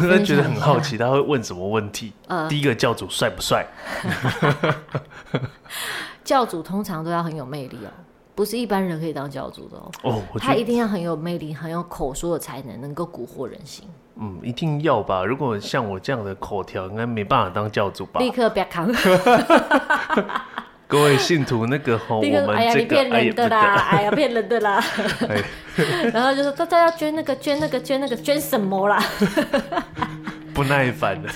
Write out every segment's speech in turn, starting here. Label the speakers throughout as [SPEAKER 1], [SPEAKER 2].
[SPEAKER 1] 我就觉得很好奇，他会问什么问题？
[SPEAKER 2] 嗯
[SPEAKER 1] 第一个教主帅不帅？
[SPEAKER 2] 教主通常都要很有魅力哦，不是一般人可以当教主的哦。
[SPEAKER 1] 哦，我觉
[SPEAKER 2] 他
[SPEAKER 1] 得
[SPEAKER 2] 一定要很有魅力，很有口说的才能，能够蛊惑人心，
[SPEAKER 1] 嗯，一定要吧。如果像我这样的口条，应该没办法当教主吧？
[SPEAKER 2] 立刻不要扛，
[SPEAKER 1] 各位信徒，那 个 吼，我
[SPEAKER 2] 立刻
[SPEAKER 1] 们
[SPEAKER 2] 哎呀，
[SPEAKER 1] 这
[SPEAKER 2] 你
[SPEAKER 1] 个
[SPEAKER 2] 骗人的啦，哎呀，骗人的啦。
[SPEAKER 1] 哎呀
[SPEAKER 2] 然后就说大家要捐那个，捐那个，捐那个，捐什么啦？
[SPEAKER 1] 不得不耐烦了。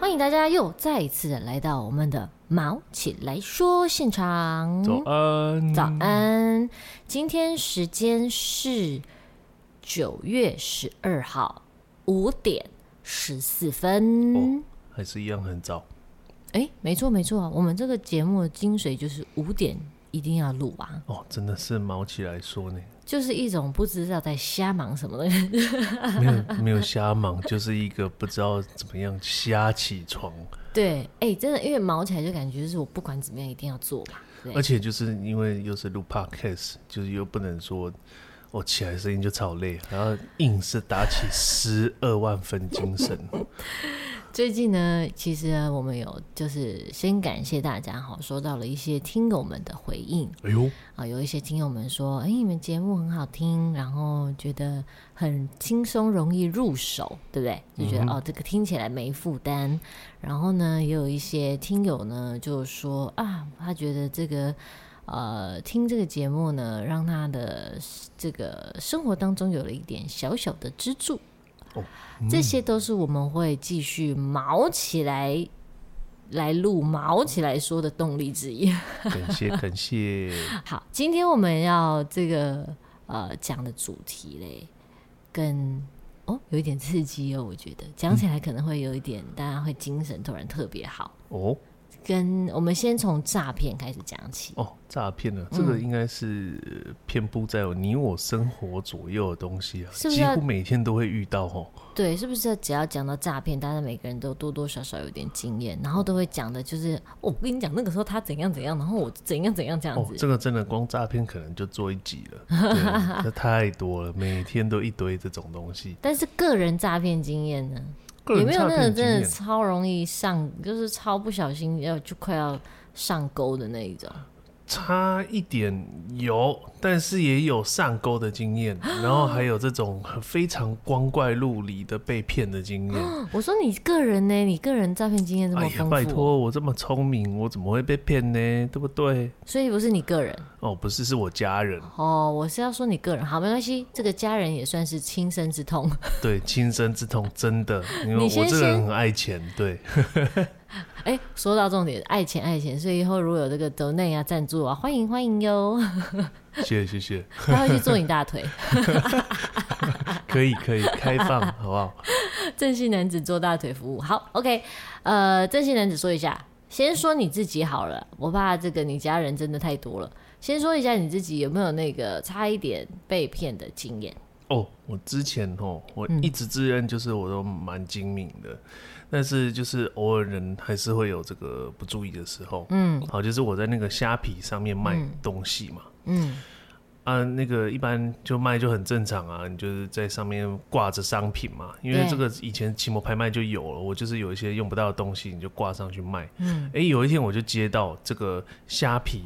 [SPEAKER 2] 欢迎大家又再一次的来到我们的毛起来说现场。
[SPEAKER 1] 早安，
[SPEAKER 2] 早安，今天时间是九月十二号五点十四
[SPEAKER 1] 哦
[SPEAKER 2] 分。
[SPEAKER 1] 还是一样很早。
[SPEAKER 2] 哎、没错没错啊，我们这个节目的精髓就是五点一定要录啊，
[SPEAKER 1] 哦，真的是毛起来说呢，
[SPEAKER 2] 就是一种不知道在瞎忙什么东西。
[SPEAKER 1] 没有没有瞎忙，就是一个不知道怎么样瞎起床，
[SPEAKER 2] 对，哎、真的，因为忙起来就感觉就是我不管怎么样一定要做嘛。对
[SPEAKER 1] 而，且就是因为又是录 podcast，就是又不能说我、哦、起来声音就超累，然后硬是打起十二万分精 神。
[SPEAKER 2] 最近呢，其实啊呢我们有就是先感谢大家哈，收到了一些听友们的回应。
[SPEAKER 1] 哎呦，
[SPEAKER 2] 啊，有一些听友们说，哎、你们节目很好听，然后觉得很轻松，容易入手，对不对？就觉得、哦，这个听起来没负担。然后呢，也有一些听友呢，就说啊，他觉得这个呃，听这个节目呢，让他的这个生活当中有了一点小小的支柱。
[SPEAKER 1] 哦
[SPEAKER 2] 这些都是我们会继续毛起来。来录毛起来说的动力之一。
[SPEAKER 1] 感谢感谢，
[SPEAKER 2] 好，今天我们要这个呃讲的主题嘞，跟哦有一点刺激哦，我觉得讲起来可能会有一点，大家会精神突然特别好。
[SPEAKER 1] 哦
[SPEAKER 2] 跟我们先从诈骗开始讲起，
[SPEAKER 1] 哦，诈骗
[SPEAKER 2] 嗯
[SPEAKER 1] 了，这个应该是呃遍布在你我生活左右的东西啊，
[SPEAKER 2] 是不是
[SPEAKER 1] 几
[SPEAKER 2] 要
[SPEAKER 1] 乎每天都会遇到哦。
[SPEAKER 2] 对，是不是？只要讲到诈骗，大家每个人都多多少少有点经验，然后都会讲的就是，哦我跟你讲那个时候他怎样怎样，然后我怎样怎样这样
[SPEAKER 1] 哦
[SPEAKER 2] 子，，
[SPEAKER 1] 这个真的光诈骗可能就做一集 了，对，这太多了，每天都一堆这种东西。
[SPEAKER 2] 但是个人诈骗经验呢？
[SPEAKER 1] 个人
[SPEAKER 2] 有没有
[SPEAKER 1] 诈
[SPEAKER 2] 那个
[SPEAKER 1] 骗经
[SPEAKER 2] 真的
[SPEAKER 1] 验，
[SPEAKER 2] 超容易上，就是超不小心要就快要上钩的那一种？
[SPEAKER 1] 差一点有，但是也有上钩的经验，然后还有这种很非常光怪陆离的被骗的经验。
[SPEAKER 2] 我说你个人呢，你个人诈骗经验这
[SPEAKER 1] 哎
[SPEAKER 2] 么
[SPEAKER 1] 呀，
[SPEAKER 2] 丰
[SPEAKER 1] 拜
[SPEAKER 2] 富，
[SPEAKER 1] 托，我这么聪明，我怎么会被骗呢？对不对？
[SPEAKER 2] 所以不是你个人
[SPEAKER 1] 哦，不是，是我家人，
[SPEAKER 2] 哦，我是要说你个人。好，没关系，这个家人也算是亲身之痛。
[SPEAKER 1] 对，亲身之痛，真的，因为
[SPEAKER 2] 你先
[SPEAKER 1] 我这个人很爱钱，对，
[SPEAKER 2] 哎，说到重点，爱钱爱钱，所以以后如果有这个 donate 啊赞助啊，欢迎欢迎哟，
[SPEAKER 1] 谢谢谢谢，
[SPEAKER 2] 他会去坐你大腿，
[SPEAKER 1] 可以可以开放，好不好？
[SPEAKER 2] 正性男子坐大腿服务。好，OK，呃，正性男子说一下，先说你自己好了，我怕这个你家人真的太多了。先说一下你自己有没有那个差一点被骗的经验？
[SPEAKER 1] 哦，我之前哦，我一直自认就是我都蛮精明的，但是就是偶尔人还是会有这个不注意的时候。嗯，好，就是我在那个虾皮上面卖东西嘛，
[SPEAKER 2] 嗯，
[SPEAKER 1] 啊，那个一般就卖就很正常啊，你就是在上面挂着商品嘛，因为
[SPEAKER 2] 对
[SPEAKER 1] 这个以前奇摩拍卖就有了，我就是有一些用不到的东西，你就挂上去卖。嗯，哎、有一天我就接到这个虾皮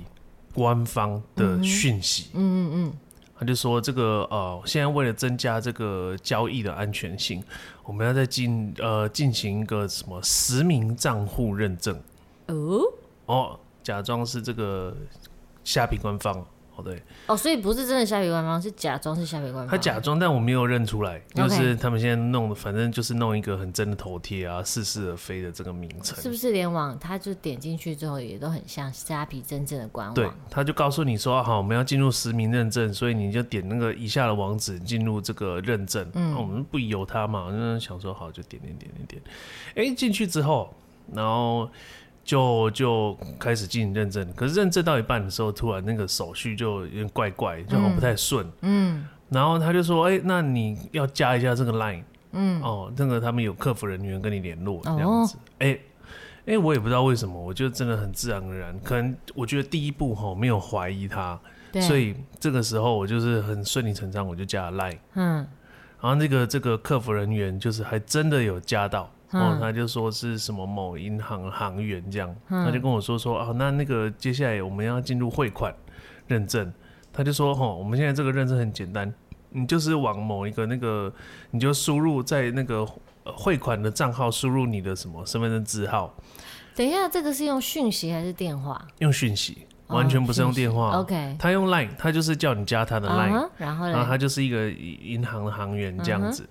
[SPEAKER 1] 官方的讯息，嗯嗯嗯，他就说这个呃，现在为了增加这个交易的安全性，我们要再进呃进行一个什么实名账户认证
[SPEAKER 2] 哦
[SPEAKER 1] 哦，假装是这个虾皮官方。哦，对，
[SPEAKER 2] 哦，所以不是真的虾皮官方，是假装是虾皮官方。
[SPEAKER 1] 他假装，但我没有认出来，就
[SPEAKER 2] 嗯 OK
[SPEAKER 1] 是他们现在弄的，反正就是弄一个很真的头贴啊，似是而非的这个名称。
[SPEAKER 2] 是不是联网？他就点进去之后，也都很像虾皮真正的官
[SPEAKER 1] 对
[SPEAKER 2] 网。，
[SPEAKER 1] 他就告诉你说，好，我们要进入实名认证，所以你就点那个以下的网址进入这个认证。嗯，我们不由他嘛，那想说好就点点点点点，哎、进去之后，然后就就开始进行认证。可是认证到一半的时候，突然那个手续就有点怪怪，就好像不太顺。
[SPEAKER 2] 嗯
[SPEAKER 1] 然后他就说：“哎、那你要加一下这个 Line
[SPEAKER 2] 嗯，
[SPEAKER 1] 哦，那个他们有客服人员跟你联络
[SPEAKER 2] 哦
[SPEAKER 1] 这样子。哎、哎、我也不知道为什么，我就真的很自然而然，可能我觉得第一步哈没有怀疑他，
[SPEAKER 2] 对，啊
[SPEAKER 1] 所以这个时候我就是很顺理成章，我就加了 Line。
[SPEAKER 2] 嗯
[SPEAKER 1] 然后这个这个客服人员就是还真的有加到，
[SPEAKER 2] 嗯
[SPEAKER 1] 哦，他就说是什么某银行行员这样，
[SPEAKER 2] 嗯
[SPEAKER 1] 他就跟我说说啊，那那个接下来我们要进入汇款认证，他就说哦，我们现在这个认证很简单，你就是往某一个那个，你就输入在那个呃汇款的账号输入你的什么身份证字号，
[SPEAKER 2] 等一下，这个是用讯息还是电话？
[SPEAKER 1] 用讯息，
[SPEAKER 2] 哦
[SPEAKER 1] 完全不是用电话，
[SPEAKER 2] o k
[SPEAKER 1] 他用 Line，他就是叫你加他
[SPEAKER 2] 啊
[SPEAKER 1] 的 Line，、啊
[SPEAKER 2] 然后
[SPEAKER 1] 然后
[SPEAKER 2] 呢？
[SPEAKER 1] 他就是一个银行的行员这样子，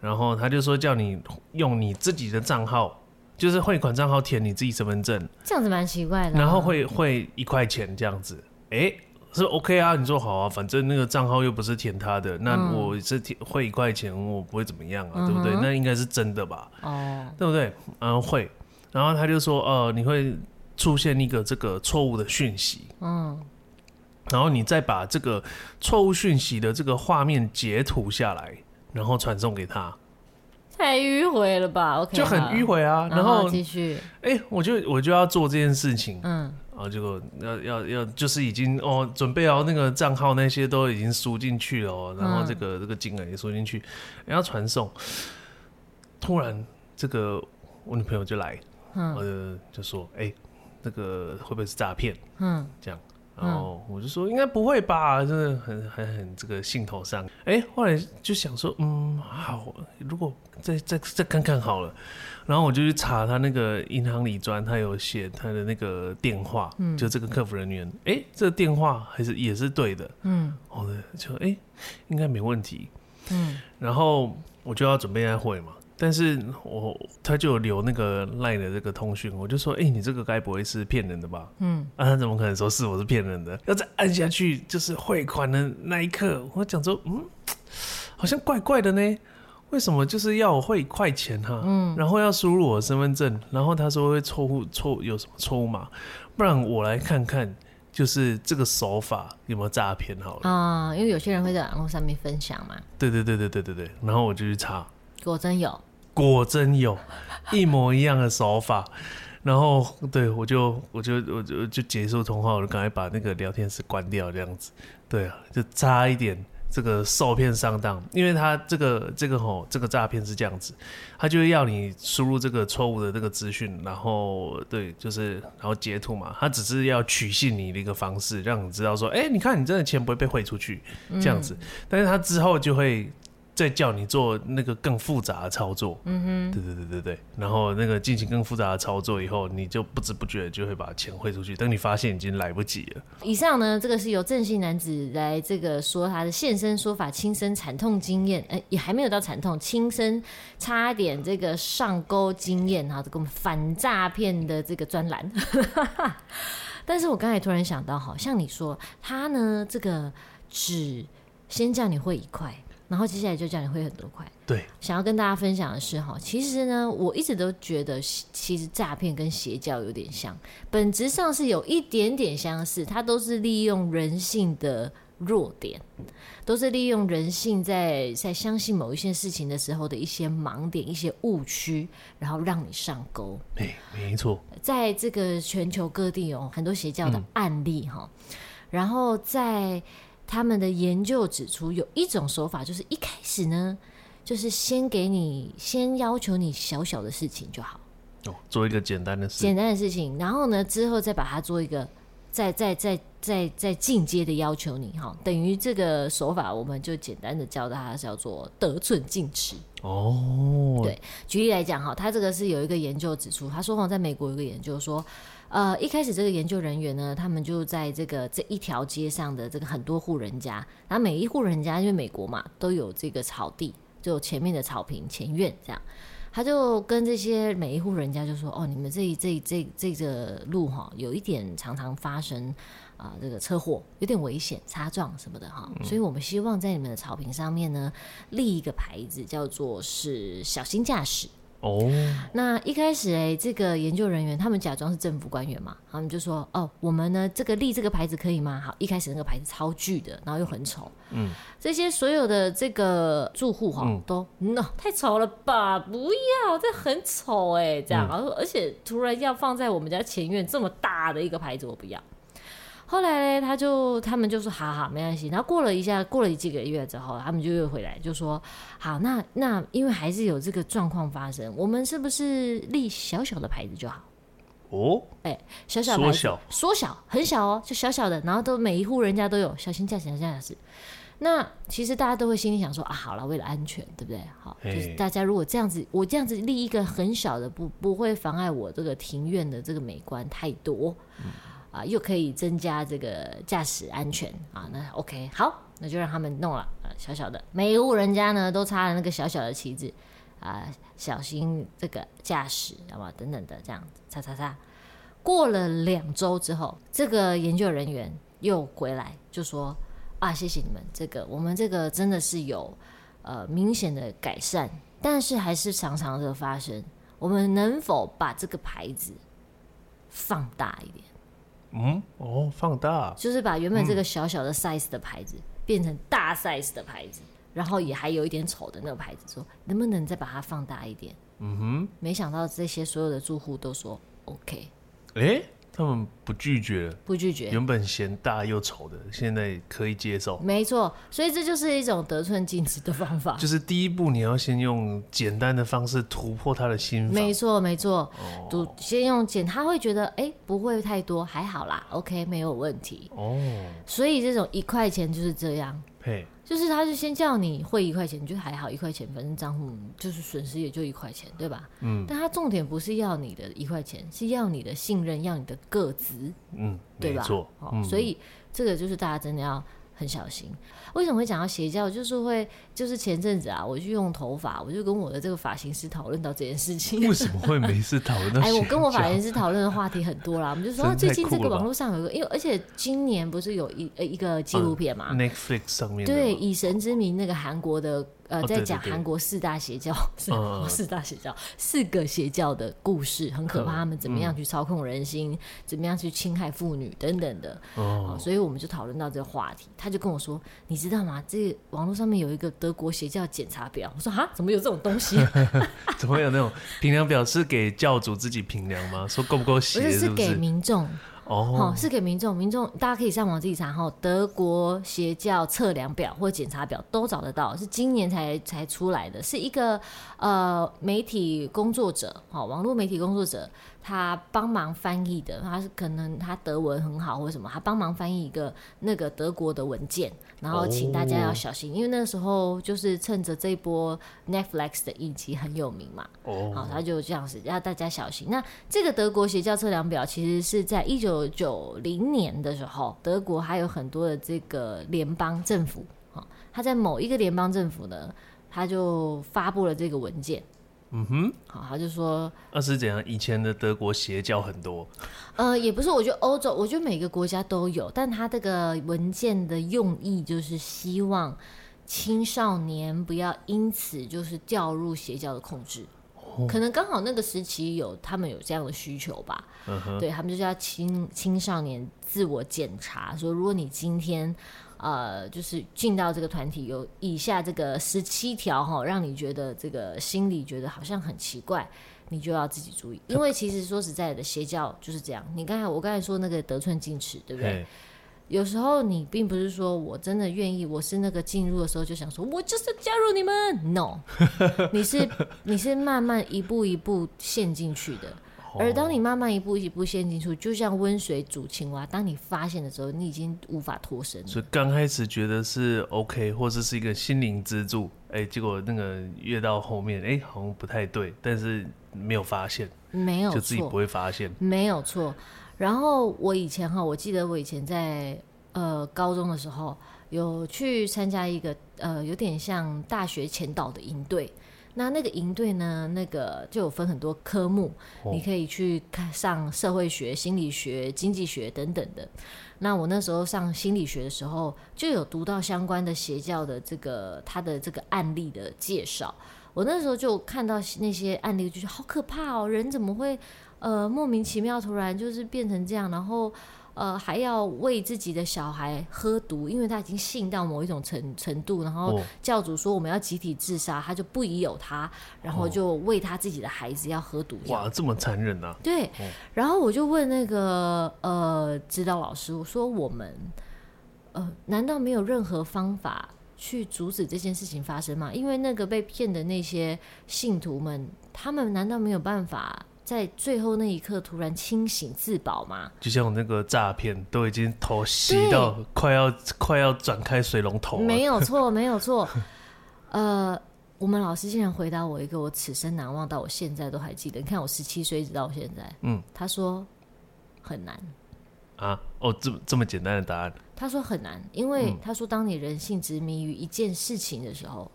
[SPEAKER 1] 然后他就说叫你用你自己的账号，就是汇款账号填你自己身份证，
[SPEAKER 2] 这样子蛮奇怪的啊、
[SPEAKER 1] 然后会汇一块钱这样子，诶，是 OK 啊，你说好啊，反正那个账号又不是填他的，那我是填汇一块钱，我不会怎么样啊，对不对？那应该是真的吧，
[SPEAKER 2] 哦，
[SPEAKER 1] 对不对？嗯，会，然后他就说，呃，你会出现一个这个错误的讯息，
[SPEAKER 2] 嗯
[SPEAKER 1] 然后你再把这个错误讯息的这个画面截图下来，然后传送给他，
[SPEAKER 2] 太迂回了吧？OK，
[SPEAKER 1] 就很迂
[SPEAKER 2] 回。
[SPEAKER 1] 回啊。然
[SPEAKER 2] 然
[SPEAKER 1] 后
[SPEAKER 2] 后，继续，
[SPEAKER 1] 哎、我就我就要做这件事情，
[SPEAKER 2] 嗯
[SPEAKER 1] 然后结果要要要就是已经哦，准备好那个账号那些都已经输进去了哦，然后这
[SPEAKER 2] 嗯
[SPEAKER 1] 个、这个金额也输进去，然后传送，突然这个我女朋友就来，
[SPEAKER 2] 嗯
[SPEAKER 1] 呃，就说，哎、那个会不会是诈骗？
[SPEAKER 2] 嗯，
[SPEAKER 1] 然后我就说应该不会吧，真的很很很这个兴头上。哎，后来就想说，嗯，好，如果再再再看看好了。然后我就去查他那个银行理专，他有写他的那个电话，就这个客服人员，哎，这个电话还是也是对的，
[SPEAKER 2] 嗯
[SPEAKER 1] 哦，就哎应该没问题。
[SPEAKER 2] 嗯，
[SPEAKER 1] 然后我就要准备再汇嘛。但是我他就有留那个 line 的这个通讯，我就说，哎、你这个该不会是骗人的吧？
[SPEAKER 2] 嗯，
[SPEAKER 1] 啊，他怎么可能说是我是骗人的？要再按下去，就是汇款的那一刻，我讲说，嗯，好像怪怪的呢。为什么就是要我汇一块钱哈、嗯，然后要输入我的身份证，然后他说会错误错有什么错误码，不然我来看看，就是这个手法有没有诈骗好了。
[SPEAKER 2] 啊、因为有些人会在网络上面分享嘛，
[SPEAKER 1] 对对对对对对对，然后我就去查，
[SPEAKER 2] 果真有，
[SPEAKER 1] 果真有一模一样的手法。然后对我就我就我就就结束通话，我就赶快把那个聊天室关掉，这样子。对啊，就差一点这个受骗上当，因为他这个这个吼这个诈骗是这样子，他就会要你输入这个错误的这个资讯，然后对就是然后截图嘛，他只是要取信你的一个方式，让你知道说，哎，你看你真的钱不会被汇出去这样子，但是他之后就会。再叫你做那个更复杂的操作，嗯哼，对对对对对，然后那个进行更复杂的操作以后，你就不知不觉就会把钱汇出去，等你发现已经来不及了。
[SPEAKER 2] 以上呢，这个是由郑姓男子来这个说他的现身说法，亲身惨痛经验，哎、也还没有到惨痛，亲身差点这个上钩经验哈，这个反诈骗的这个专栏。 但是我刚才突然想到，好像你说他呢，这个只先叫你汇一块，然后接下来就叫你汇很多块。
[SPEAKER 1] 对，
[SPEAKER 2] 想要跟大家分享的是哈，其实呢，我一直都觉得其其实诈骗跟邪教有点像，本质上是有一点点相似，它都是利用人性的弱点，都是利用人性在在相信某一些事情的时候的一些盲点、一些误区，然后让你上钩。
[SPEAKER 1] 没没错，
[SPEAKER 2] 在这个全球各地有很多邪教的案例哈、然后在他们的研究指出，有一种手法就是一开始呢，就是先给你先要求你小小的事情就好，
[SPEAKER 1] 哦，做一个简单的事，
[SPEAKER 2] 嗯简单的事情，然后呢之后再把它做一个再再再再再进阶的要求你哈，等于这个手法我们就简单的教大家叫做得寸进尺。
[SPEAKER 1] 哦，
[SPEAKER 2] 对举例来讲哈，他这个是有一个研究指出，他说哈，在美国有一个研究说，呃，一开始这个研究人员呢，他们就在这个这一条街上的这个很多户人家，然后每一户人家因为美国嘛都有这个草地，就有前面的草坪、前院这样。他就跟这些每一户人家就说：“哦，你们这一这一这一这个路哈，有一点常常发生啊、这个车祸，有点危险，擦撞什么的哈。所以我们希望在你们的草坪上面呢，立一个牌子，叫做是小心驾驶。
[SPEAKER 1] 哦，
[SPEAKER 2] 那一开始哎、这个研究人员他们假装是政府官员嘛，他们就说哦，我们呢这个立这个牌子可以吗？好，一开始那个牌子超巨的，然后又很丑，
[SPEAKER 1] 嗯，
[SPEAKER 2] 这些所有的这个住户哈、
[SPEAKER 1] 嗯
[SPEAKER 2] 都 no 太丑了吧，不要，这很丑哎、这
[SPEAKER 1] 嗯
[SPEAKER 2] 样，然后、而且突然要放在我们家前院这么大的一个牌子，我不要。后来呢，他就他们就说好好没关系。然后过了一下，过了几个月之后，他们就又回来就说好，那那因为还是有这个状况发生，我们是不是立小小的牌子就好？
[SPEAKER 1] 哦，
[SPEAKER 2] 小小牌子
[SPEAKER 1] 缩小
[SPEAKER 2] 缩小，很小哦，就小小的，然后都每一户人家都有，小心驾驶，小心驾驶。那其实大家都会心里想说啊，好了，为了安全，对不对？好，就
[SPEAKER 1] 嘿
[SPEAKER 2] 是大家如果这样子，我这样子立一个很小的，不不会妨碍我这个庭院的这个美观太多，
[SPEAKER 1] 嗯
[SPEAKER 2] 啊，又可以增加这个驾驶安全啊，那 OK，好，那就让他们弄了，啊，小小的，每一户人家呢都插了那个小小的旗子，啊，小心这个驾驶，好吧，等等的这样子，擦擦擦。过了两周之后，这个研究人员又回来就说：“啊，谢谢你们，这个我们这个真的是有呃明显的改善，但是还是常常的发生。我们能否把这个牌子放大一点，
[SPEAKER 1] 嗯，哦，放大，
[SPEAKER 2] 就是把原本这个小小的 size 的牌子、变成大 size 的牌子，然后也还有一点丑的那个牌子，说能不能再把它放大一点？”
[SPEAKER 1] 嗯
[SPEAKER 2] 没想到这些所有的住户都说 OK，
[SPEAKER 1] 哼，诶，他们不拒绝了，
[SPEAKER 2] 不拒绝。
[SPEAKER 1] 原本嫌大又丑的，现在可以接受。
[SPEAKER 2] 没错，所以这就是一种得寸进尺的方法。
[SPEAKER 1] 就是第一步，你要先用简单的方式突破他的心房
[SPEAKER 2] 没。错，没错，读先用剪，他会觉得哎、诶不会太多，还好啦，OK，没有问题。
[SPEAKER 1] 哦，
[SPEAKER 2] 所以这种一块钱就是这样，
[SPEAKER 1] 嘿，
[SPEAKER 2] 就是他就先叫你汇一块钱，你就还好一块钱，反正账户就是损失也就一块钱，对吧？嗯。但他重点不是要你的一块钱，是要你的信任，要你的个资。
[SPEAKER 1] 嗯，
[SPEAKER 2] 对
[SPEAKER 1] 没
[SPEAKER 2] 吧？
[SPEAKER 1] 错，
[SPEAKER 2] 哦
[SPEAKER 1] 嗯，
[SPEAKER 2] 所以这个就是大家真的要很小心。为什么会讲到邪教？就是会，就是前阵子啊，我去用头发，我就跟我的这个发型师讨论到这件事情。
[SPEAKER 1] 为什么会没事讨论到
[SPEAKER 2] 哎，我跟我
[SPEAKER 1] 邪教
[SPEAKER 2] 发型师讨论的话题很多啦，我们就说、啊、
[SPEAKER 1] 真
[SPEAKER 2] 最
[SPEAKER 1] 太
[SPEAKER 2] 近这
[SPEAKER 1] 酷
[SPEAKER 2] 个
[SPEAKER 1] 了吧
[SPEAKER 2] 网络上有一个，因为而且今年不是有一呃一个纪录片嘛，
[SPEAKER 1] Netflix 上面的
[SPEAKER 2] 对，《
[SPEAKER 1] 吗
[SPEAKER 2] 以神之名》那个韩国的呃，
[SPEAKER 1] 哦
[SPEAKER 2] 在
[SPEAKER 1] 对对
[SPEAKER 2] 讲
[SPEAKER 1] 对
[SPEAKER 2] 韩国四大邪教，是
[SPEAKER 1] 嗯
[SPEAKER 2] 韩国
[SPEAKER 1] 嗯嗯
[SPEAKER 2] 四大邪教四个邪教的故事，很可怕，
[SPEAKER 1] 嗯
[SPEAKER 2] 他们怎么样去操控人心，怎么样去侵害妇女等等的。
[SPEAKER 1] 哦
[SPEAKER 2] 哦，所以我们就讨论到这个话题，他就跟我说：“你知道吗？这个网络上面有一个德国邪教检查表。”我说：“哈，怎么有这种东西？
[SPEAKER 1] 怎么会有那种评量表是给教主自己评量吗？说够不够
[SPEAKER 2] 不
[SPEAKER 1] 邪
[SPEAKER 2] 是是
[SPEAKER 1] 不
[SPEAKER 2] 给
[SPEAKER 1] 是？
[SPEAKER 2] 民众，哦，
[SPEAKER 1] 哦，
[SPEAKER 2] 是给民众，民众大家可以上网自己查哈，德国邪教测量表或检查表都找得到，是今年才才出来的，是一个呃媒体工作者，好、网络媒体工作者，他帮忙翻译的，他是可能他德文很好或什么，他帮忙翻译一个那个德国的文件，然后请大家要小心，因为那时候就是趁着这一波 Netflix 的影集很有名嘛，好，
[SPEAKER 1] 哦，
[SPEAKER 2] 他就这样子，要大家小心。那这个德国邪教测量表其实是在一九九零年的时候，德国还有很多的这个联邦政府，哦，他在某一个联邦政府呢，他就发布了这个文件，
[SPEAKER 1] 嗯哼，
[SPEAKER 2] 好，他就说，
[SPEAKER 1] 那是怎样？以前的德国邪教很多，
[SPEAKER 2] 呃，也不是，我觉得欧洲，我觉得每个国家都有，但他这个文件的用意就是希望青少年不要因此就是掉入邪教的控制。可能刚好那个时期有他们有这样的需求吧，
[SPEAKER 1] 嗯哼，
[SPEAKER 2] 对他们就是要青青少年自我检查，说如果你今天呃就是进到这个团体有以下这个十七条哈，让你觉得这个心里觉得好像很奇怪，你就要自己注意，因为其实说实在的，邪教就是这样。你刚才我刚才说那个得寸进尺，对不对？
[SPEAKER 1] 嘿，
[SPEAKER 2] 有时候你并不是说我真的愿意，我是那个进入的时候就想说，我就是要加入你们。No，你是你是慢慢一步一步陷进去的。
[SPEAKER 1] 哦
[SPEAKER 2] 而当你慢慢一步一步陷进去，就像温水煮青蛙，当你发现的时候，你已经无法脱身了。
[SPEAKER 1] 所以刚开始觉得是 OK，或者是一个心灵支柱，哎，结果那个越到后面，哎，好像不太对，但是没有发现，
[SPEAKER 2] 没有
[SPEAKER 1] 就自己
[SPEAKER 2] 错
[SPEAKER 1] 不，会发现，
[SPEAKER 2] 没有错。然后我以前哈，我记得我以前在呃高中的时候，有去参加一个呃有点像大学前导的营队。那那个营队呢，那个就有分很多科目，
[SPEAKER 1] 哦
[SPEAKER 2] 你可以去看上社会学、心理学、经济学等等的。那我那时候上心理学的时候，就有读到相关的邪教的这个它的这个案例的介绍。我那时候就看到那些案例，就觉得好可怕哦，人怎么会呃莫名其妙突然就是变成这样，然后呃还要喂自己的小孩喝毒，因为他已经信到某一种程程度，然后
[SPEAKER 1] 哦
[SPEAKER 2] 教主说我们要集体自杀，他就不疑有他，然
[SPEAKER 1] 哦
[SPEAKER 2] 后就喂他自己的孩子要喝毒药。
[SPEAKER 1] 哇，这么残忍啊呐、
[SPEAKER 2] 对，然后我就问那个呃指导老师，我说我们呃难道没有任何方法去阻止这件事情发生吗？因为那个被骗的那些信徒们，他们难道没有办法在最后那一刻突然清醒自保吗？
[SPEAKER 1] 就像那个诈骗，都已经头洗
[SPEAKER 2] 对
[SPEAKER 1] 到快要快要转开水龙头了。
[SPEAKER 2] 没有错，没有错。呃，我们老师竟然回答我一个我此生难忘到我现在都还记得，你看我十七岁一直到现在，
[SPEAKER 1] 嗯，
[SPEAKER 2] 他说很难。
[SPEAKER 1] 啊，哦，这么这么简单的答案，
[SPEAKER 2] 他说很难，因
[SPEAKER 1] 嗯
[SPEAKER 2] 为他说，当你人性执迷于一件事情的时候，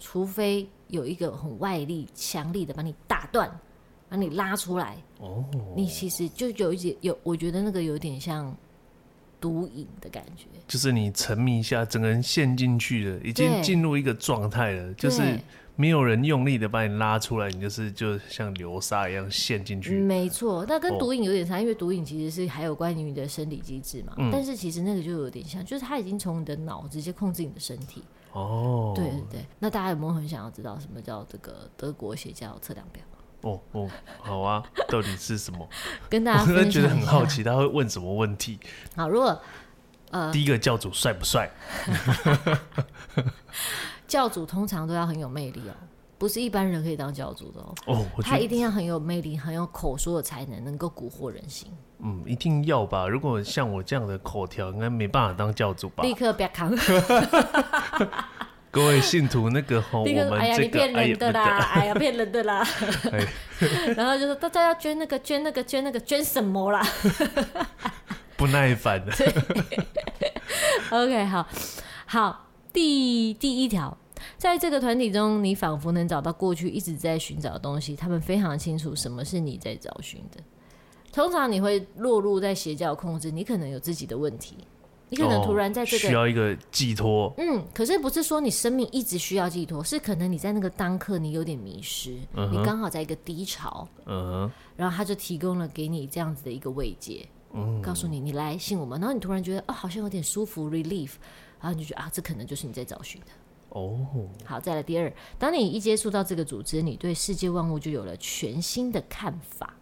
[SPEAKER 2] 除非有一个很外力、强力的把你打断，把你拉出来，
[SPEAKER 1] 哦，
[SPEAKER 2] 你其实就有一点有，我觉得那个有点像毒瘾的感觉。
[SPEAKER 1] 就是你沉迷一下，整个人陷进去了，已经
[SPEAKER 2] 对
[SPEAKER 1] 进入一个状态了，就是
[SPEAKER 2] 对
[SPEAKER 1] 没有人用力的把你拉出来，你就是就像流沙一样陷进去。
[SPEAKER 2] 没错，那
[SPEAKER 1] 哦
[SPEAKER 2] 跟毒瘾有点差，因为毒瘾其实是还有关于你的生理机制嘛。
[SPEAKER 1] 嗯
[SPEAKER 2] 但是其实那个就有点像，就是他已经从你的脑直接控制你的身体。
[SPEAKER 1] 哦，
[SPEAKER 2] 对对对。那大家有没有很想要知道什么叫这个德国邪教测量表？
[SPEAKER 1] 哦哦，好啊，到底是什么？
[SPEAKER 2] 跟大家
[SPEAKER 1] 我真的
[SPEAKER 2] 分
[SPEAKER 1] 觉
[SPEAKER 2] 享
[SPEAKER 1] 得
[SPEAKER 2] 一
[SPEAKER 1] 很
[SPEAKER 2] 下
[SPEAKER 1] 好奇，他会问什么问题？
[SPEAKER 2] 好，如果呃
[SPEAKER 1] 第一个教主帅不帅？
[SPEAKER 2] 教主通常都要很有魅力哦，不是一般人可以当教主的哦。
[SPEAKER 1] 哦，我觉
[SPEAKER 2] 他
[SPEAKER 1] 得
[SPEAKER 2] 一定要很有魅力，很有口说的才能，能够蛊惑人心，
[SPEAKER 1] 嗯，一定要吧。如果像我这样的口条，应该没办法当教主吧？
[SPEAKER 2] 立刻不 要扛，
[SPEAKER 1] 各位信徒，那个 吼，我
[SPEAKER 2] 立刻说哎
[SPEAKER 1] 们
[SPEAKER 2] 呀，
[SPEAKER 1] 这
[SPEAKER 2] 你
[SPEAKER 1] 个
[SPEAKER 2] 骗
[SPEAKER 1] 哎呀
[SPEAKER 2] 人的啦，哎呀，骗人的啦。
[SPEAKER 1] 不 对哎
[SPEAKER 2] 然后就说大家要捐那个，捐那个，捐那个，捐什么啦
[SPEAKER 1] 不耐烦啊的。
[SPEAKER 2] ？OK，好，好，第第一条。在这个团体中，你仿佛能找到过去一直在寻找的东西。他们非常清楚什么是你在找寻的。通常你会落入在邪教控制，你可能有自己的问题，你可能
[SPEAKER 1] 哦
[SPEAKER 2] 突然在这个
[SPEAKER 1] 需要一个寄托，
[SPEAKER 2] 嗯，可是不是说你生命一直需要寄托，是可能你在那个当刻你有点迷失，
[SPEAKER 1] 嗯哼
[SPEAKER 2] 你刚好在一个低潮，
[SPEAKER 1] 嗯哼，
[SPEAKER 2] 然后他就提供了给你这样子的一个慰藉，告诉你你来信我们，然后你突然觉得哦好像有点舒服 relief，然后你就觉得啊这可能就是你在找寻的。
[SPEAKER 1] 哦，
[SPEAKER 2] 好，再来第二，当你一接触到这个组织，你对世界万物就有了全新的看法。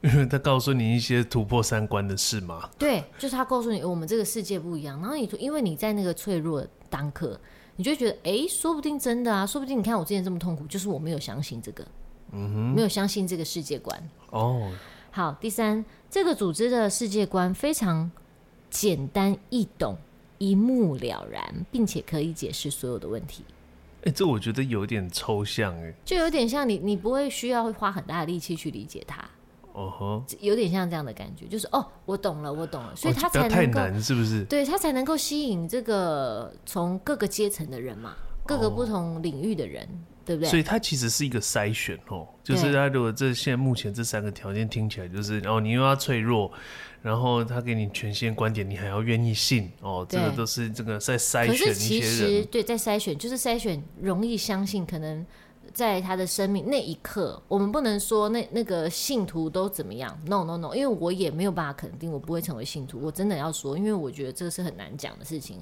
[SPEAKER 1] 因为他告诉你一些突破三观的事嘛。
[SPEAKER 2] 对，就是他告诉你呃我们这个世界不一样，然后你因为你在那个脆弱的当刻，你就会觉得诶，说不定真的啊，说不定你看我之前这么痛苦，就是我没有相信这个，嗯哼，没有相信这个世界观。
[SPEAKER 1] 哦，
[SPEAKER 2] 好，第三，这个组织的世界观非常简单易懂，一目了然，并且可以解释所有的问题。
[SPEAKER 1] 哎、这我觉得有点抽象哎。
[SPEAKER 2] 就有点像你，你不会需要花很大的力气去理解它，
[SPEAKER 1] 哦吼，
[SPEAKER 2] 有点像这样的感觉，就是哦，我懂了，我懂了，所以
[SPEAKER 1] 哦
[SPEAKER 2] 它
[SPEAKER 1] 不要
[SPEAKER 2] 才
[SPEAKER 1] 太
[SPEAKER 2] 能够
[SPEAKER 1] 难是不是？
[SPEAKER 2] 对他才能够吸引这个从各个阶层的人嘛，各个不同领域的人，对不
[SPEAKER 1] 所
[SPEAKER 2] 对？
[SPEAKER 1] 以它其实是一个筛选哦，就是
[SPEAKER 2] 对
[SPEAKER 1] 它如果这现在目前这三个条件听起来就是，哦，你又要脆弱，然后他给你全新的观点，你还要愿意信哦，这
[SPEAKER 2] 对
[SPEAKER 1] 个都是这个在筛
[SPEAKER 2] 可
[SPEAKER 1] 选
[SPEAKER 2] 是
[SPEAKER 1] 一
[SPEAKER 2] 其
[SPEAKER 1] 些
[SPEAKER 2] 实
[SPEAKER 1] 人。
[SPEAKER 2] 对，在筛选就是筛选容易相信，可能在他的生命那一刻，我们不能说那那个信徒都怎么样，no no no，因为我也没有办法肯定我不会成为信徒，我真的要说，因为我觉得这是很难讲的事情，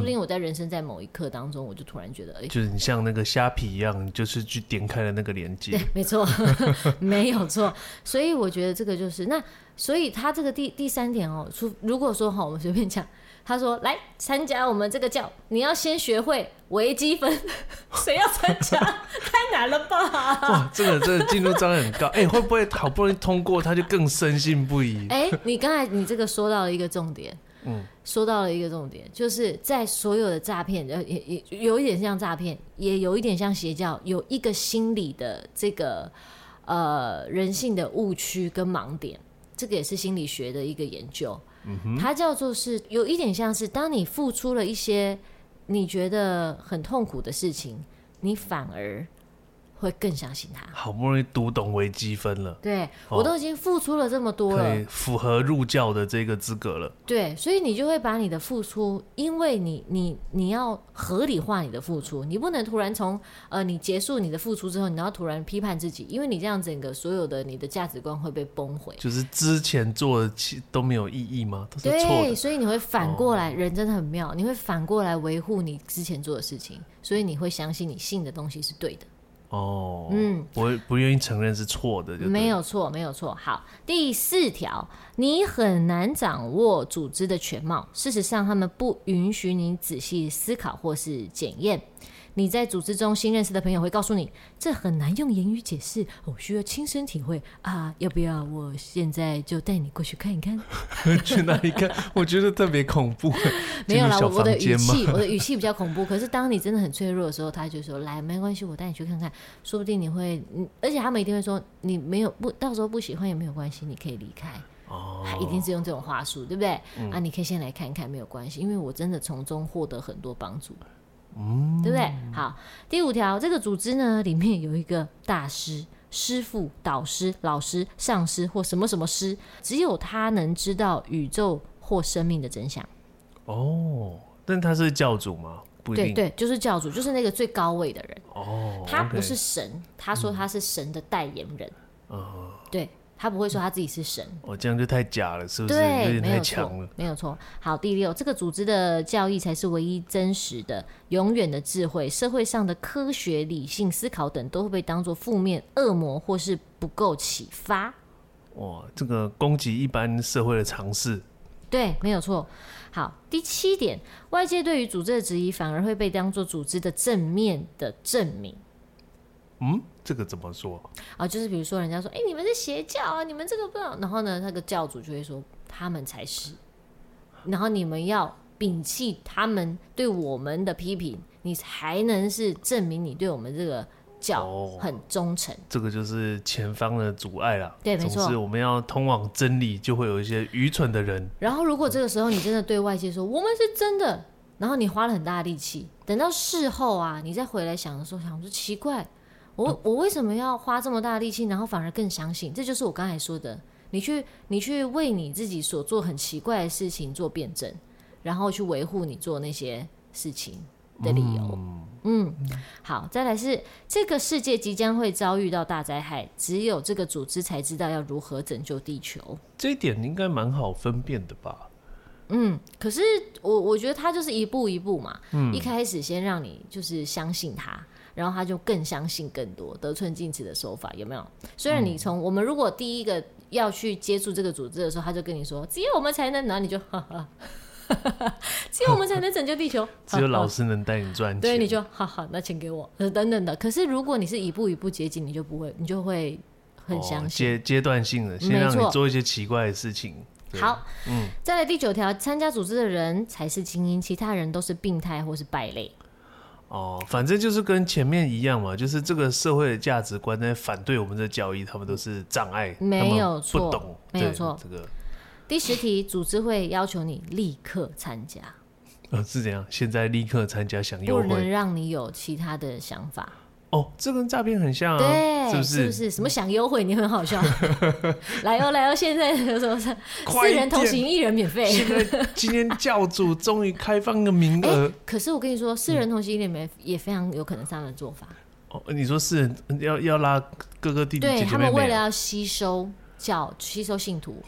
[SPEAKER 1] 嗯
[SPEAKER 2] 不定我在人生在某一刻当中，我就突然觉得，哎、
[SPEAKER 1] 就是你像那个虾皮一样，你就是去点开了那个链接
[SPEAKER 2] 对，，没错， 没有错。所以我觉得这个就是那，所以他这个第第三点哦，除如果说哈、我们随便讲，他说来参加我们这个教，你要先学会微积分， 谁要参加？ 太难了吧？
[SPEAKER 1] 哇，这个这个进入障碍很高，哎、会不会好不容易通过，他就更深信不疑？
[SPEAKER 2] 哎、你刚才你这个说到了一个重点，嗯，说到了一个重点，就是在所有的诈骗，呃，也也有一点像诈骗，也有一点像邪教，有一个心理的这个呃人性的误区跟盲点，这个也是心理学的一个研究，
[SPEAKER 1] 嗯
[SPEAKER 2] 它叫做是有一点像是当你付出了一些你觉得很痛苦的事情，你反而会更相信他。
[SPEAKER 1] 好不容易读懂微积分了，
[SPEAKER 2] 对
[SPEAKER 1] 哦
[SPEAKER 2] 我都已经付出了这么多
[SPEAKER 1] 可以
[SPEAKER 2] 了，
[SPEAKER 1] 符合入教的这个资格了。
[SPEAKER 2] 对，所以你就会把你的付出，因为你你你要合理化你的付出，你不能突然从呃你结束你的付出之后，你要突然批判自己，因为你这样整个所有的你的价值观会被崩毁。
[SPEAKER 1] 就是之前做的其都没有意义吗？都是错
[SPEAKER 2] 对，
[SPEAKER 1] 的。哦
[SPEAKER 2] 所以你会反过来，人真的很妙，你会反过来维护你之前做的事情，所以你会相信你信的东西是对的，
[SPEAKER 1] 哦，嗯，我不愿意承认是错的，就
[SPEAKER 2] 没
[SPEAKER 1] 有。
[SPEAKER 2] 有错，没有错。好，第四条，你很难掌握组织的全貌，事实上，他们不允许你仔细思考或是检验。你在组织中新认识的朋友会告诉你，这很难用言语解释，我需要亲身体会啊！要不要我现在就带你过去看一看？
[SPEAKER 1] 去那里看，我觉得特别恐怖。
[SPEAKER 2] 没有啦，
[SPEAKER 1] 进
[SPEAKER 2] 我
[SPEAKER 1] 入小
[SPEAKER 2] 我的
[SPEAKER 1] 房
[SPEAKER 2] 语
[SPEAKER 1] 间吗？
[SPEAKER 2] 气，我的语气比较恐怖。可是当你真的很脆弱的时候，他就说：“来，没关系，我带你去看看，说不定你会……嗯，而且他们一定会说，你没有不，到时候不喜欢也没有关系，你可以离开。”
[SPEAKER 1] 哦，嗯
[SPEAKER 2] 他一定是用这种话术，对不对？啊，你可以先来看看，没有关系，因为我真的从中获得很多帮助，嗯，对不对？好，第五条，这个组织呢里面有一个大师、师傅、导师、老师、上师或什么什么师，只有他能知道宇宙或生命的真相。
[SPEAKER 1] 哦，但他是教主吗？不一
[SPEAKER 2] 对
[SPEAKER 1] 定。
[SPEAKER 2] 对，就是教主，就是那个最高位的人，
[SPEAKER 1] 哦，
[SPEAKER 2] 他不
[SPEAKER 1] OK
[SPEAKER 2] 是神，他说他是神的代言人，
[SPEAKER 1] 哦，
[SPEAKER 2] 对他不会说他自己是神，
[SPEAKER 1] 哦，这样就太假了，是不是？有
[SPEAKER 2] 对，
[SPEAKER 1] 点
[SPEAKER 2] 没
[SPEAKER 1] 太
[SPEAKER 2] 有
[SPEAKER 1] 强
[SPEAKER 2] 错
[SPEAKER 1] 了。，
[SPEAKER 2] 没有错。好，第六，这个组织的教义才是唯一真实的、永远的智慧。社会上的科学、理性思考等都会被当作负面、恶魔或是不够启发。
[SPEAKER 1] 哇，这个攻击一般社会的常识，
[SPEAKER 2] 对，没有错。好，第七点，外界对于组织的质疑反而会被当作组织的正面的证明。
[SPEAKER 1] 嗯，这个怎么说？
[SPEAKER 2] 啊，就是比如说人家说，哎、你们是邪教啊，你们这个不好，然后呢，那个教主就会说他们才是，然后你们要摒弃他们对我们的批评，你才能是证明你对我们这个教
[SPEAKER 1] 哦
[SPEAKER 2] 很忠诚。
[SPEAKER 1] 这个就是前方的阻碍啦。
[SPEAKER 2] 对没错
[SPEAKER 1] 总之我们要通往真理，就会有一些愚蠢的人。
[SPEAKER 2] 然后如果这个时候你真的对外界说我们是真的，然后你花了很大的力气，等到事后啊，你再回来想的时候，想说奇怪，我我为什么要花这么大的力气，然后反而更相信？这就是我刚才说的，你去你去为你自己所做很奇怪的事情做辩证，然后去维护你做那些事情的理由。嗯，好，再来是这个世界即将会遭遇到大灾害，只有这个组织才知道要如何拯救地球。
[SPEAKER 1] 这一点应该蛮好分辨的吧？
[SPEAKER 2] 嗯，可是我我觉得他就是一步一步嘛，
[SPEAKER 1] 嗯
[SPEAKER 2] 一开始先让你就是相信他，然后他就更相信更多，得寸进尺的手法有没有？虽然
[SPEAKER 1] 嗯
[SPEAKER 2] 你从、我们如果第一个要去接触这个组织的时候，他就跟你说只有我们才能，然后你就 哈哈，只有我们才能拯救地球，
[SPEAKER 1] 只有 老
[SPEAKER 2] 师。
[SPEAKER 1] 师能带你赚钱。
[SPEAKER 2] 对，你就哈哈，那钱给我，呃等等的。可是如果你是一步一步接近，你就不会，你就会很相
[SPEAKER 1] 哦、
[SPEAKER 2] 信。
[SPEAKER 1] 阶阶段性的，先
[SPEAKER 2] 没
[SPEAKER 1] 让
[SPEAKER 2] 错
[SPEAKER 1] 你做一些奇怪的事情。对，嗯
[SPEAKER 2] 好，再来第九条，参加组织的人才是精英，其他人都是病态或是败类。
[SPEAKER 1] 哦，反正就是跟前面一样嘛，就是这个社会的价值观在反对我们的教义，他们都是障碍，
[SPEAKER 2] 没
[SPEAKER 1] 他们
[SPEAKER 2] 有错
[SPEAKER 1] 不懂，
[SPEAKER 2] 没有
[SPEAKER 1] 对
[SPEAKER 2] 错
[SPEAKER 1] 这个
[SPEAKER 2] 第十题，组织会要求你立刻参加，
[SPEAKER 1] 呃是怎样？现在立刻参加享
[SPEAKER 2] 不
[SPEAKER 1] 优
[SPEAKER 2] 能
[SPEAKER 1] 惠
[SPEAKER 2] 让你有其他的想法。
[SPEAKER 1] 哦，这跟诈骗很像啊，
[SPEAKER 2] 对，
[SPEAKER 1] 是
[SPEAKER 2] 是
[SPEAKER 1] 不
[SPEAKER 2] 不是？什么想优惠，你很好 笑。来哦，来哦，现在有什么事？
[SPEAKER 1] 快
[SPEAKER 2] 四
[SPEAKER 1] 一
[SPEAKER 2] 人
[SPEAKER 1] 点
[SPEAKER 2] 同行，一人免费。
[SPEAKER 1] 现在今天教主终于开放个名
[SPEAKER 2] 哎、
[SPEAKER 1] 额
[SPEAKER 2] 可是我跟你说，四人同行一人免费也非常有可能是他们的做法。
[SPEAKER 1] 哦，你说是人要要拉各个弟弟
[SPEAKER 2] 对
[SPEAKER 1] 姐
[SPEAKER 2] 他
[SPEAKER 1] 姐
[SPEAKER 2] 们
[SPEAKER 1] 妹
[SPEAKER 2] 为了
[SPEAKER 1] 妹啊，
[SPEAKER 2] 要吸收教吸收信徒，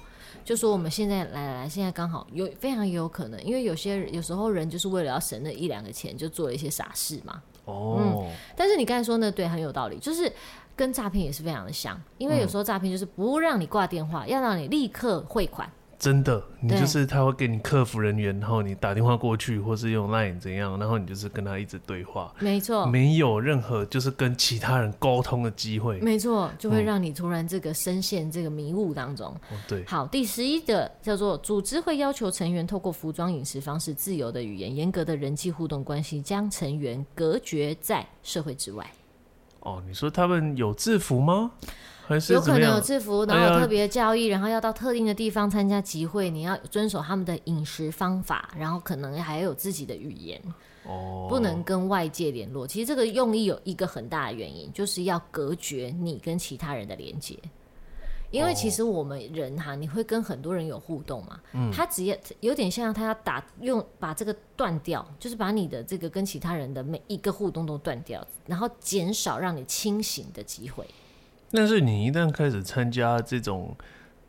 [SPEAKER 2] 就说我们现在来来来，现在刚好有非常有可能，因为有些人有时候人就是为了要省那一两个钱，就做了一些傻事嘛。
[SPEAKER 1] 哦，
[SPEAKER 2] 但是你刚才说呢，对，很有道理，就是跟诈骗也是非常的像，因为有时候诈骗就是不让你挂电话，要让你立刻汇款。
[SPEAKER 1] 真的，你
[SPEAKER 2] 对
[SPEAKER 1] 就是他会给你客服人员，然后你打电话过去，或是用 LINE 怎样，然后你就是跟他一直对话，
[SPEAKER 2] 没错，
[SPEAKER 1] 没有任何就是跟其他人沟通的机会。
[SPEAKER 2] 没错，就会让你突然这个深陷这个迷雾当中。
[SPEAKER 1] 哦，对，
[SPEAKER 2] 好，第十一的叫做组织会要求成员透过服装、饮食方式、自由的语言、严格的人际互动关系，将成员隔绝在社会之外。
[SPEAKER 1] 哦，你说他们有制服吗？还是
[SPEAKER 2] 有
[SPEAKER 1] 怎
[SPEAKER 2] 可
[SPEAKER 1] 么
[SPEAKER 2] 能有
[SPEAKER 1] 样？
[SPEAKER 2] 制服，
[SPEAKER 1] 哎
[SPEAKER 2] 然
[SPEAKER 1] 呀
[SPEAKER 2] 后有特别教育，然后要到特定的地方参加集会，你要遵守他们的饮食方法，然后可能还有自己的语言。
[SPEAKER 1] 哦，
[SPEAKER 2] 不能跟外界联络。其实这个用意有一个很大的原因，就是要隔绝你跟其他人的连接。因为其实我们人哈、你会跟很多人有互动嘛，他只要有点像他要打用把这个断掉，就是把你的这个跟其他人的每一个互动都断掉，然后减少让你清醒的机会。
[SPEAKER 1] 但是你一旦开始参加这种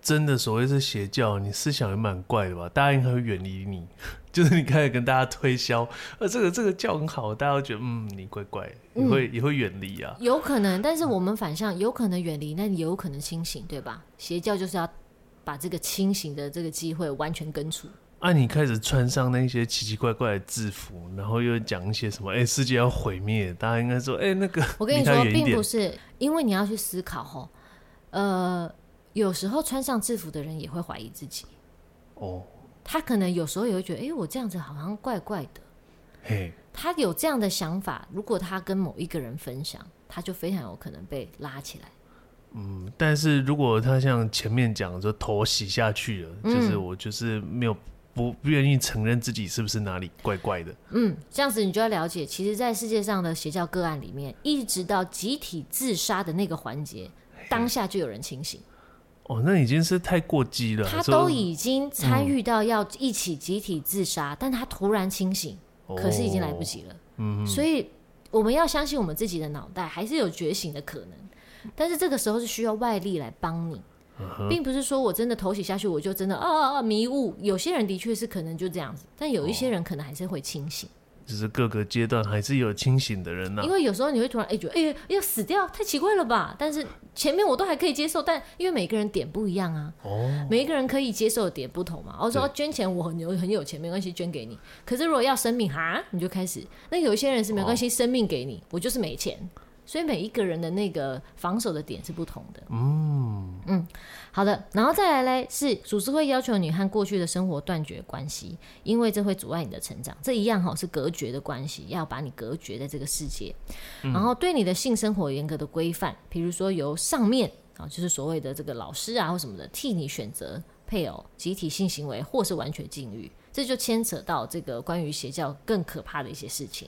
[SPEAKER 1] 真的所谓是邪教，你思想也蛮怪的吧？大家应该会远离你， 就是你开始跟大家推销，呃，这个这个教很好，大家都觉得嗯你怪怪的，也会、也会远离啊。
[SPEAKER 2] 有可能，但是我们反向有可能远离，那也有可能清醒，对吧？邪教就是要把这个清醒的这个机会完全根除。
[SPEAKER 1] 啊，你开始穿上那些奇奇怪怪的制服，然后又讲一些什么，哎、世界要毁灭，大家应该说，哎、那个
[SPEAKER 2] 我跟你
[SPEAKER 1] 离他
[SPEAKER 2] 说，
[SPEAKER 1] 远一
[SPEAKER 2] 并
[SPEAKER 1] 点
[SPEAKER 2] 不是因为你要去思考吼，呃，有时候穿上制服的人也会怀疑自己，
[SPEAKER 1] 哦，
[SPEAKER 2] 他可能有时候也会觉得，哎、我这样子好像怪怪的。
[SPEAKER 1] 嘿，
[SPEAKER 2] 他有这样的想法，如果他跟某一个人分享，他就非常有可能被拉起来。
[SPEAKER 1] 嗯，但是如果他像前面讲说头洗下去了，
[SPEAKER 2] 嗯
[SPEAKER 1] 就是我就是没有不不愿意承认自己是不是哪里怪怪的，
[SPEAKER 2] 嗯，这样子你就要了解，其实，在世界上的邪教个案里面，一直到集体自杀的那个环节，当下就有人清醒，
[SPEAKER 1] 哦，那已经是太过激了，
[SPEAKER 2] 他
[SPEAKER 1] 说
[SPEAKER 2] 都已经
[SPEAKER 1] 嗯
[SPEAKER 2] 参与到要一起集体自杀，但他突然清醒，
[SPEAKER 1] 哦
[SPEAKER 2] 可是已经来不。及了。嗯，所以我们要相信我们自己的脑袋还是有觉醒的可能，但是这个时候是需要外力来帮你。并不是说我真的头洗下去，我就真的啊啊啊迷雾。有些人的确是可能就这样子，但有一些人可能还是会清醒。
[SPEAKER 1] 就是各个阶段还是有清醒的人呐、啊
[SPEAKER 2] 因为有时候你会突然哎、觉得哎、要死掉，太奇怪了吧？但是前面我都还可以接受，但因为每个人点不一样啊，
[SPEAKER 1] 哦，
[SPEAKER 2] 每一个人可以接受的点不同嘛。我说、
[SPEAKER 1] 对
[SPEAKER 2] 哦捐钱我很有很有钱，没关系，捐给你。可是如果要生命哈，你就开始。那有一些人是没关
[SPEAKER 1] 哦
[SPEAKER 2] 系，生命给你，我就是没钱。所以每一个人的那个防守的点是不同的。嗯好的，然后再来嘞是组织会要求你和过去的生活断绝关系，因为这会阻碍你的成长。这一样哈是隔绝的关系，要把你隔绝在这个世界。
[SPEAKER 1] 嗯
[SPEAKER 2] 然后对你的性生活有严格的规范，比如说由上面啊，就是所谓的这个老师啊或什么的，替你选择配偶、集体性行为或是完全禁欲，这就牵扯到这个关于邪教更可怕的一些事情。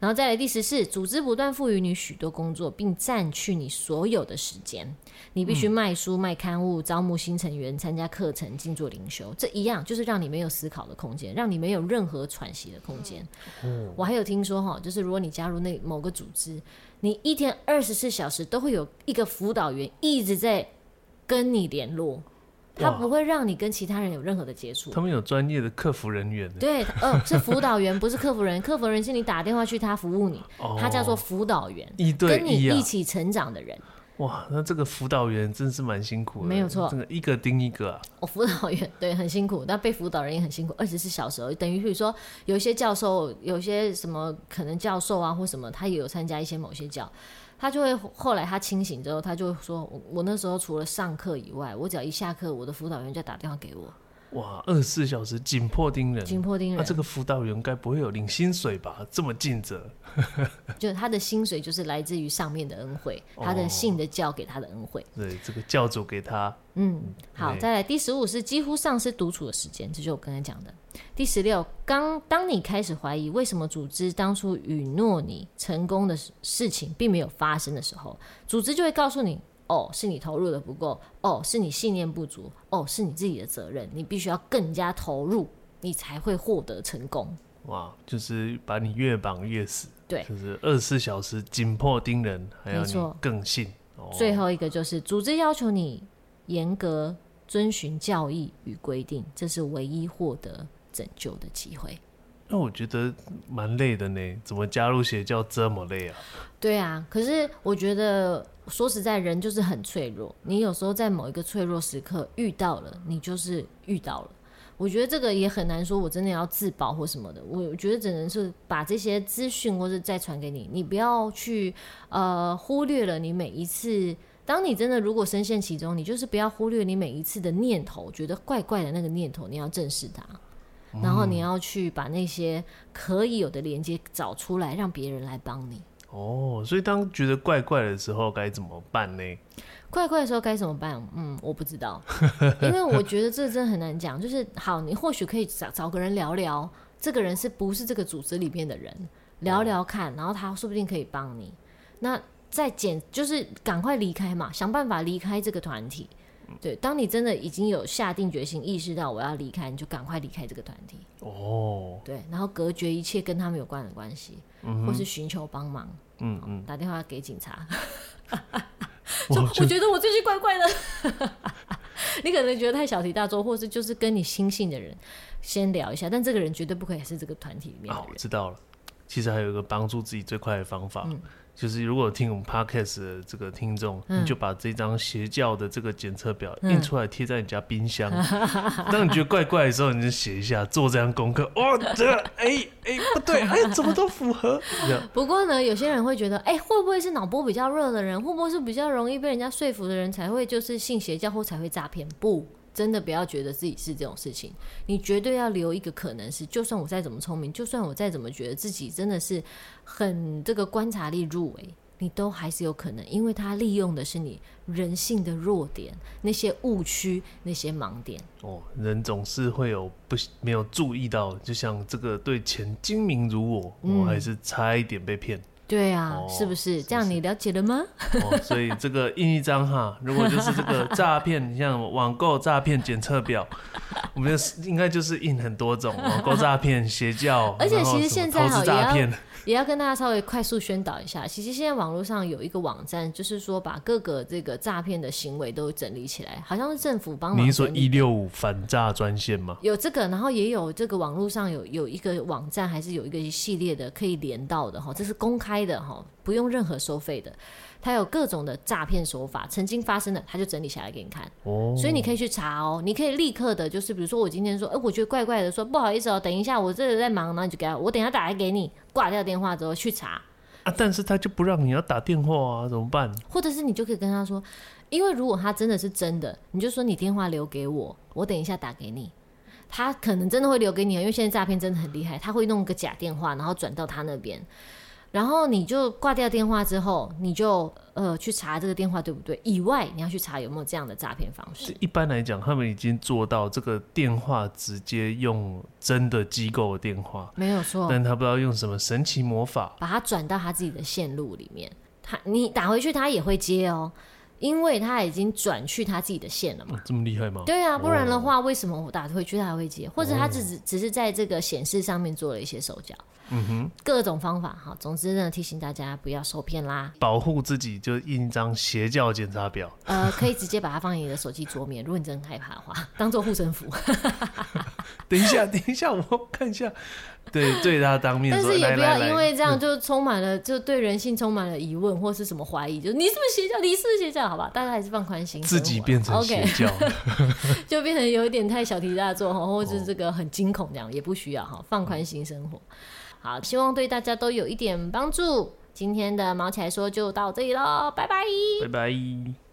[SPEAKER 2] 然后再来第十四，组织不断赋予你许多工作，并占去你所有的时间。你必须卖书、卖刊物、招募新成员、参加课程、静坐灵修，这一样就是让你没有思考的空间，让你没有任何喘息的空间。嗯我还有听说哈，就是如果你加入那某个组织，你一天二十四小时都会有一个辅导员一直在跟你联络，他
[SPEAKER 1] 哇
[SPEAKER 2] 不哦会让你跟其他人有任何的接触。
[SPEAKER 1] 他们有专业的客服人员的，
[SPEAKER 2] 对，呃，是辅导员，不是客服人。客服人是你打电话去他服务你，他叫做辅导员，
[SPEAKER 1] 一哦对
[SPEAKER 2] 跟你
[SPEAKER 1] 一啊
[SPEAKER 2] 一，起成长的人。
[SPEAKER 1] 哇，那这个辅导员真是蛮辛苦的，
[SPEAKER 2] 没有错
[SPEAKER 1] 这个一个盯一个啊，
[SPEAKER 2] 我哦辅导员对很辛苦，但被辅导人也很辛苦，二十四小时哦等于比如说有一些教授，有一些什么可能教授啊或什么，他也有参加一些某些教，他就会后来他清醒之后，他就会说，我我那时候除了上课以外，我只要一下课，我的辅导员就打电话给我，
[SPEAKER 1] 哇，二十四小时紧迫盯人，
[SPEAKER 2] 紧迫盯
[SPEAKER 1] 那、
[SPEAKER 2] 人，
[SPEAKER 1] 这个辅导员该不会有领薪水吧？这么尽责，
[SPEAKER 2] 就他的薪水就是来自于上面的恩惠，他的信的教给他的恩惠。
[SPEAKER 1] 对，这个教主给他
[SPEAKER 2] 嗯，好，
[SPEAKER 1] 对
[SPEAKER 2] 再来第十五是几乎丧失独处的时间，这就是我刚才讲的。第十六，刚当你开始怀疑为什么组织当初允诺你成功的事事情并没有发生的时候，组织就会告诉你：哦，是你投入的不够，哦，是你信念不足，哦，是你自己的责任，你必须要更加投入，你才会获得成功。
[SPEAKER 1] 哇，就是把你越绑越死，
[SPEAKER 2] 对
[SPEAKER 1] 就是二十四小时紧迫盯人，还要
[SPEAKER 2] 没
[SPEAKER 1] 你
[SPEAKER 2] 错
[SPEAKER 1] 更信。哦
[SPEAKER 2] 最后一个就是组织要求你严格遵循教义与规定，这是唯一获得拯救的机会。
[SPEAKER 1] 那我觉得蛮累的呢，怎么加入邪教这么累啊？
[SPEAKER 2] 对啊，可是我觉得说实在，人就是很脆弱。你有时候在某一个脆弱时刻遇到了，你就是遇到了。我觉得这个也很难说，我真的要自保或什么的。我觉得只能是把这些资讯或者再传给你，你不要去呃忽略了你每一次。当你真的如果深陷其中，你就是不要忽略你每一次的念头，觉得怪怪的那个念头，你要正视它，然后你要去把那些可以有的连接找出来，让别人来帮你。
[SPEAKER 1] 哦，所以当觉得怪怪的时候该怎么办呢？
[SPEAKER 2] 怪怪的时候该怎么办？嗯，我不知道，因为我觉得这真的很难讲。就是好，你或许可以找找个人聊聊，这个人是不是这个组织里面的人，聊聊看，然后他说不定可以帮你。那再减就是赶快离开嘛，想办法离开这个团体。对，当你真的已经有下定决心，意识到我要离开，你就赶快离开这个团体。
[SPEAKER 1] 哦，
[SPEAKER 2] 对，然后隔绝一切跟他们有关的关系，或是寻求帮忙，
[SPEAKER 1] 嗯嗯，
[SPEAKER 2] 打电话给警察。
[SPEAKER 1] 我
[SPEAKER 2] 我觉得我最近怪怪的， 你可能觉得太小题大做，或是就是跟你心性的人先聊一下，但这个人绝对不可以是这个团体里面的
[SPEAKER 1] 啊，我
[SPEAKER 2] 人。
[SPEAKER 1] 知道了。其实还有一个帮助自己最快的方法，就是如果有听我们 podcast 的这个听众，
[SPEAKER 2] 嗯
[SPEAKER 1] 你就把这张邪教的这个检测表
[SPEAKER 2] 嗯
[SPEAKER 1] 印出来贴在你家冰 箱。当你觉得怪怪的时候，你就写一下，做这样功课。哦，这个哎哎不对，哎怎么都符合。这样
[SPEAKER 2] 不过呢，有些人会觉得，哎、会不会是脑波比较热的人，会不会是比较容易被人家说服的人才会就是信邪教或才会诈骗？不，真的不要觉得自己是这种事情，你绝对要留一个可能是，就算我再怎么聪明，就算我再怎么觉得自己真的是很这个观察力入围。你都还是有可能，因为他利用的是你人性的弱点、那些误区、那些盲点。
[SPEAKER 1] 哦，人总是会有不没有注意到，就像这个对钱精明如我，
[SPEAKER 2] 嗯
[SPEAKER 1] 我还是差一点被骗。
[SPEAKER 2] 对啊，
[SPEAKER 1] 哦
[SPEAKER 2] 是不是？
[SPEAKER 1] 是
[SPEAKER 2] 这样你了解了吗？
[SPEAKER 1] 哦，所以这个印一张哈，如果就是这 个诈骗，像网购诈骗检测表，我们就是应该就是印很多种网购诈骗、邪教，
[SPEAKER 2] 而且
[SPEAKER 1] 然后
[SPEAKER 2] 其实
[SPEAKER 1] 什么
[SPEAKER 2] 现在
[SPEAKER 1] 投
[SPEAKER 2] 好
[SPEAKER 1] 资
[SPEAKER 2] 也要
[SPEAKER 1] 诈骗，
[SPEAKER 2] 也要跟大家稍微快速宣导一下，其实现在网络上有一个网站，就是说把各个这个诈骗的行为都整理起来，好像是政府帮忙整理。
[SPEAKER 1] 你是说一六五反诈专线吗？
[SPEAKER 2] 有这个，然后也有这个网络上有有一个网站，还是有一个系列的可以连到的哈，这是公开的哈，不用任何收费的。它有各种的诈骗手法，曾经发生的，它就整理下来给你看。
[SPEAKER 1] 哦，
[SPEAKER 2] 所以你可以去查哦，你可以立刻的，就是比如说我今天说，哎、我觉得怪怪的，说不好意思哦，等一下我这个在忙，然后你就给他，我等一下打来给你，挂掉电话之后去查，
[SPEAKER 1] 啊，但是他就不让你要打电话啊，怎么办？
[SPEAKER 2] 或者是你就可以跟他说，因为如果他真的是真的，你就说你电话留给我，我等一下打给你。他可能真的会留给你，因为现在诈骗真的很厉害，他会弄个假电话，然后转到他那边，然后你就挂掉电话之后，你就呃去查这个电话对不对，以外你要去查有没有这样的诈骗方式。
[SPEAKER 1] 一般来讲，他们已经做到这个电话直接用真的机构的电话，
[SPEAKER 2] 没有错，
[SPEAKER 1] 但他不知道用什么神奇魔法，
[SPEAKER 2] 把它转到他自己的线路里面。他你打回去，他也会接哦，因为他已经转去他自己的线了嘛。
[SPEAKER 1] 嗯这么厉害吗？
[SPEAKER 2] 对啊，
[SPEAKER 1] 哦
[SPEAKER 2] 不然的话，为什么我打回去他还会接？或者他只只只是在这个显示上面做了一些手脚，嗯哼，各种方法哈。总之呢，提醒大家不要受骗啦。
[SPEAKER 1] 保护自己就印一张邪教检查表。
[SPEAKER 2] 呃，可以直接把它放在你的手机桌 面，如果你真的害怕的话，当做护身符。
[SPEAKER 1] 等一下， 等一下，我看一下。对，对他当面
[SPEAKER 2] 但
[SPEAKER 1] 说，
[SPEAKER 2] 是也
[SPEAKER 1] 来
[SPEAKER 2] 不
[SPEAKER 1] 来嗯
[SPEAKER 2] 要
[SPEAKER 1] 来，
[SPEAKER 2] 因为这样就充满了就对人性充满了疑问或是什么怀疑，就你是不是邪教？你是不是邪教？好吧，大家还是放宽心，
[SPEAKER 1] 自己变成
[SPEAKER 2] OK
[SPEAKER 1] 邪教。
[SPEAKER 2] 就变成有一点太小题大做哈，或者是这个很惊恐这样，也不需要哈，放宽心生活。好，希望对大家都有一点帮助。今天的毛起来说就到这里喽，拜拜。
[SPEAKER 1] 拜拜。